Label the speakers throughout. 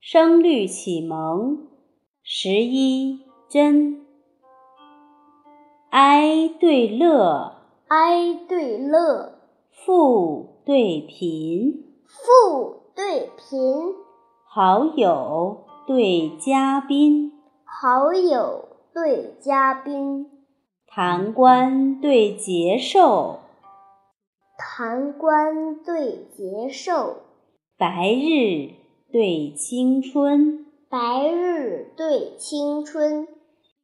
Speaker 1: 声律启蒙十一真，哀对乐，
Speaker 2: 哀对乐，
Speaker 1: 富对贫，
Speaker 2: 富对贫，
Speaker 1: 好友对嘉宾，
Speaker 2: 好友对嘉宾，
Speaker 1: 弹官对节寿，
Speaker 2: 弹官对节寿，
Speaker 1: 白日对青春，
Speaker 2: 白日对青春，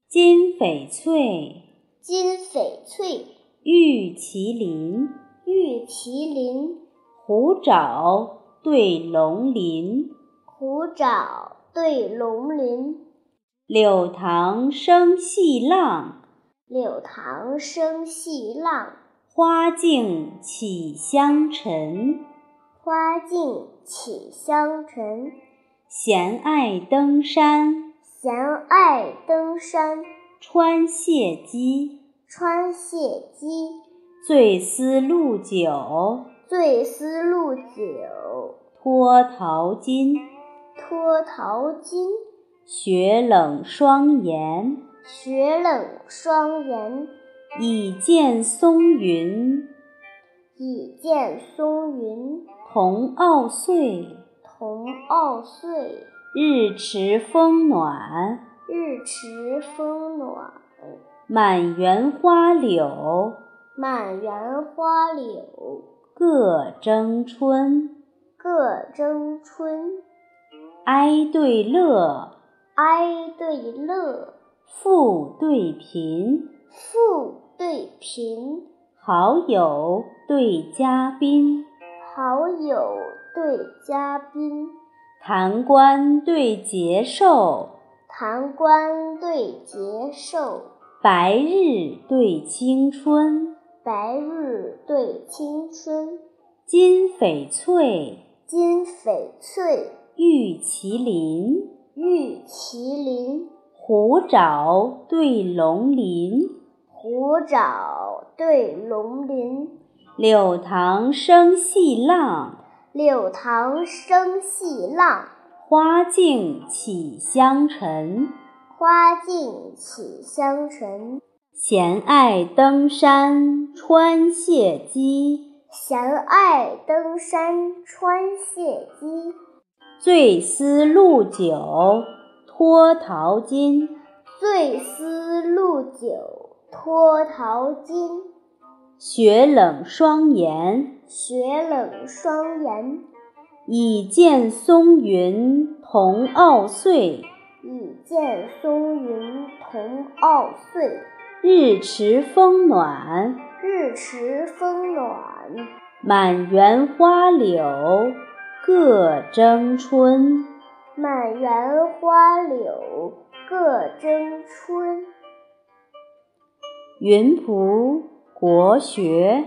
Speaker 1: 金翡翠，
Speaker 2: 金翡翠，
Speaker 1: 玉麒麟，
Speaker 2: 玉麒麟，
Speaker 1: 虎爪对龙鳞，
Speaker 2: 虎爪对龙鳞，
Speaker 1: 柳塘生细浪，
Speaker 2: 柳塘生细浪，
Speaker 1: 花径起香尘。
Speaker 2: 花径起香尘。
Speaker 1: 闲爱登山，
Speaker 2: 闲爱登山，
Speaker 1: 穿谢机，
Speaker 2: 穿谢机，
Speaker 1: 醉思露酒，
Speaker 2: 醉思露酒，
Speaker 1: 脱桃金，
Speaker 2: 脱桃金，
Speaker 1: 雪冷霜严，
Speaker 2: 雪冷霜严，
Speaker 1: 以见松云，
Speaker 2: 以见松云。
Speaker 1: 同傲岁，
Speaker 2: 同傲岁，
Speaker 1: 日迟风暖，
Speaker 2: 日迟风暖，
Speaker 1: 满园花柳
Speaker 2: 满园花柳，
Speaker 1: 各争春。
Speaker 2: 各争春。
Speaker 1: 哀对乐，
Speaker 2: 哀对乐，
Speaker 1: 富对贫，
Speaker 2: 富对贫，
Speaker 1: 好友对嘉宾。
Speaker 2: 好友对嘉宾，
Speaker 1: 弹官对节寿，
Speaker 2: 弹官对节寿，
Speaker 1: 白日对青春，
Speaker 2: 白日对青春，
Speaker 1: 金翡翠，
Speaker 2: 金翡翠，
Speaker 1: 玉麒麟，
Speaker 2: 玉麒麟，
Speaker 1: 虎爪对龙鳞，
Speaker 2: 虎爪对龙鳞，
Speaker 1: 柳塘生细浪，
Speaker 2: 柳塘生细浪，
Speaker 1: 花径起香尘。
Speaker 2: 花径起香尘。
Speaker 1: 闲爱登山穿谢机，
Speaker 2: 闲爱登山穿谢机，
Speaker 1: 醉思露酒脱桃金。
Speaker 2: 醉思露酒脱桃金。
Speaker 1: 雪冷霜严，
Speaker 2: 雪冷霜严，
Speaker 1: 以见松云同傲岁。
Speaker 2: 以见松云同傲岁。
Speaker 1: 日迟风暖，
Speaker 2: 日迟风暖，
Speaker 1: 满园花柳各争春。
Speaker 2: 满园花柳各争春。
Speaker 1: 云浦国学。